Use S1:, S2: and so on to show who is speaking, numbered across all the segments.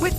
S1: With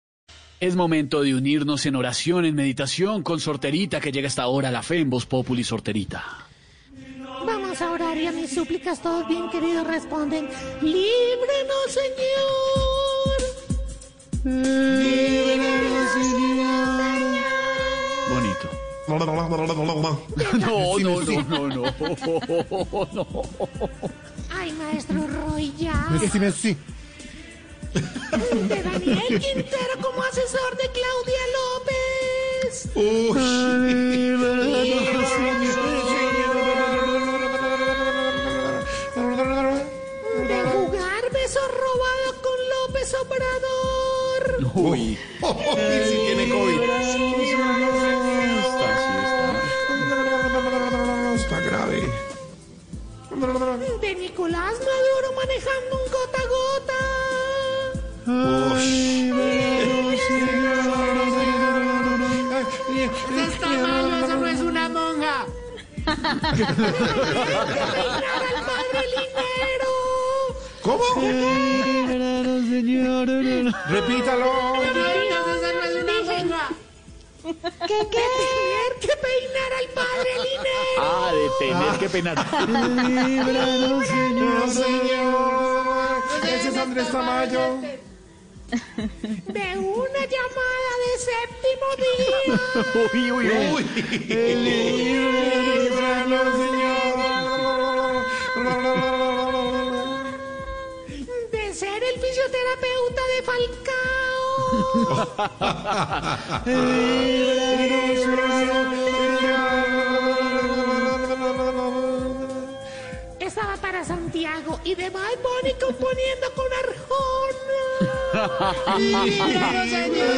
S2: Es momento de unirnos en oración, en meditación con Sorterita que llega hasta ahora la fe en Voz Populi Sorterita.
S3: Vamos a orar y a mis súplicas todos bien queridos responden, líbrenos Señor. Líbrenos Señor.
S2: Bonito. No, no, no, no, no, no.
S3: Ay, maestro Roy, ya.
S4: Messi.
S3: De Daniel Quintero como asesor de Claudia López. De jugar beso robado con López Obrador.
S2: Uy.
S4: tiene COVID. Está grave.
S3: De Nicolás Maduro manejando un gota a gota. Está malo, eso no es una monja. Reinar al padre Linero.
S4: ¿Cómo? Repítalo.
S3: ¿Qué, qué? Tener que peinar al padre Linero.
S2: Ah, de tener que penar.
S4: No, señor. Ese es Andrés Tamayo.
S3: este, De una llamada de séptimo día.
S2: Uy, uy, uy.
S4: Líbranos, señor.
S3: De ser el fisioterapeuta de Falcao. Estaba para Santiago y de Bad Bunny componiendo con Arjona. Míranos, señor.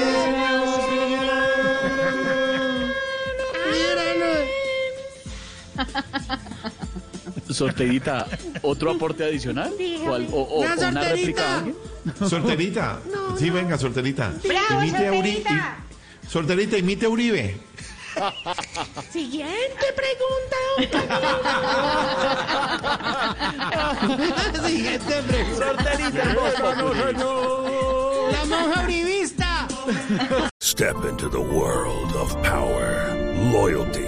S2: Sorterita, ¿otro aporte adicional? ¿O, al- o- o-
S3: Una
S2: o una
S3: sorterita.
S2: réplica? de alguien?
S4: Solterita. Sí, venga, solterita. Imite a Uri- i- Solterita, imite a Uribe.
S3: Siguiente pregunta, don
S5: Step into the world of power, loyalty,